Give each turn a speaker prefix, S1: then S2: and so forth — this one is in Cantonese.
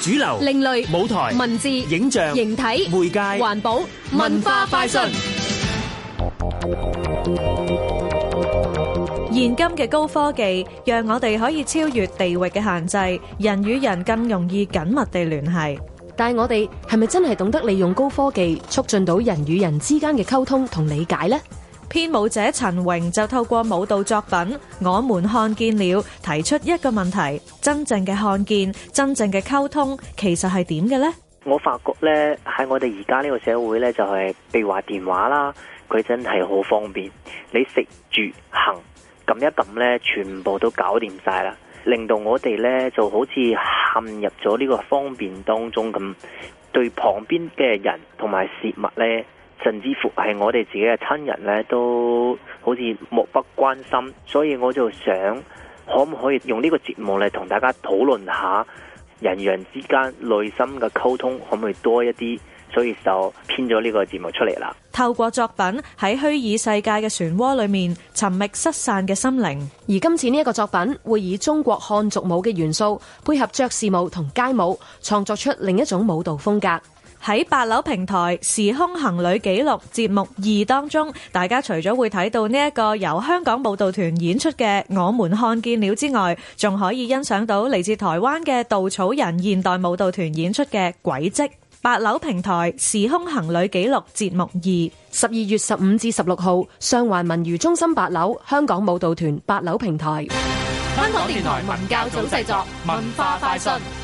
S1: 主流、
S2: 另類
S1: 舞台、
S2: 文字
S1: 影像、
S2: 形體
S1: 媒介
S2: 環保文化快訊。
S3: 現今嘅高科技，讓我哋可以超越地域嘅限制，人與人更容易緊密地聯繫。
S4: 但係我哋係咪真係懂得利用高科技，促進到人與人之間嘅溝通同理解呢？
S3: 編舞者陳榮就透過舞蹈作品《我們看見了》，提出一個問題：真正嘅看見，真正嘅溝通，其實係點嘅呢？
S5: 我發覺呢，喺我哋而家呢個社會呢，就係譬如話電話啦，佢真係好方便。你食住行撳一撳呢，全部都搞掂晒啦，令到我哋呢就好似陷入咗呢個方便當中咁，對旁邊嘅人同埋事物呢，甚至乎係我哋自己嘅親人呢，都好似漠不關心。所以我就想，可唔可以用呢個節目嚟同大家討論下？人與人之間內心嘅溝通可唔可以多一啲？所以就編咗呢個節目出嚟啦。
S3: 透過作品喺虛擬世界嘅漩渦裏面尋覓失散嘅心靈。
S4: 而今次呢一個作品會以中國漢族舞嘅元素，配合爵士舞同街舞，創作出另一種舞蹈風格。
S3: 喺八樓平台時空行旅紀錄節目二當中，大家除咗會睇到呢一個由香港舞蹈團演出嘅《我們看見了》之外，仲可以欣賞到嚟自台灣嘅稻草人現代舞蹈團演出嘅《軌跡》。八樓平台時空行旅紀錄節目二。
S4: 十二月十五至十六號，上環文娛中心八樓香港舞蹈團八樓平台。
S2: 香港電台文教組製作，文化快訊。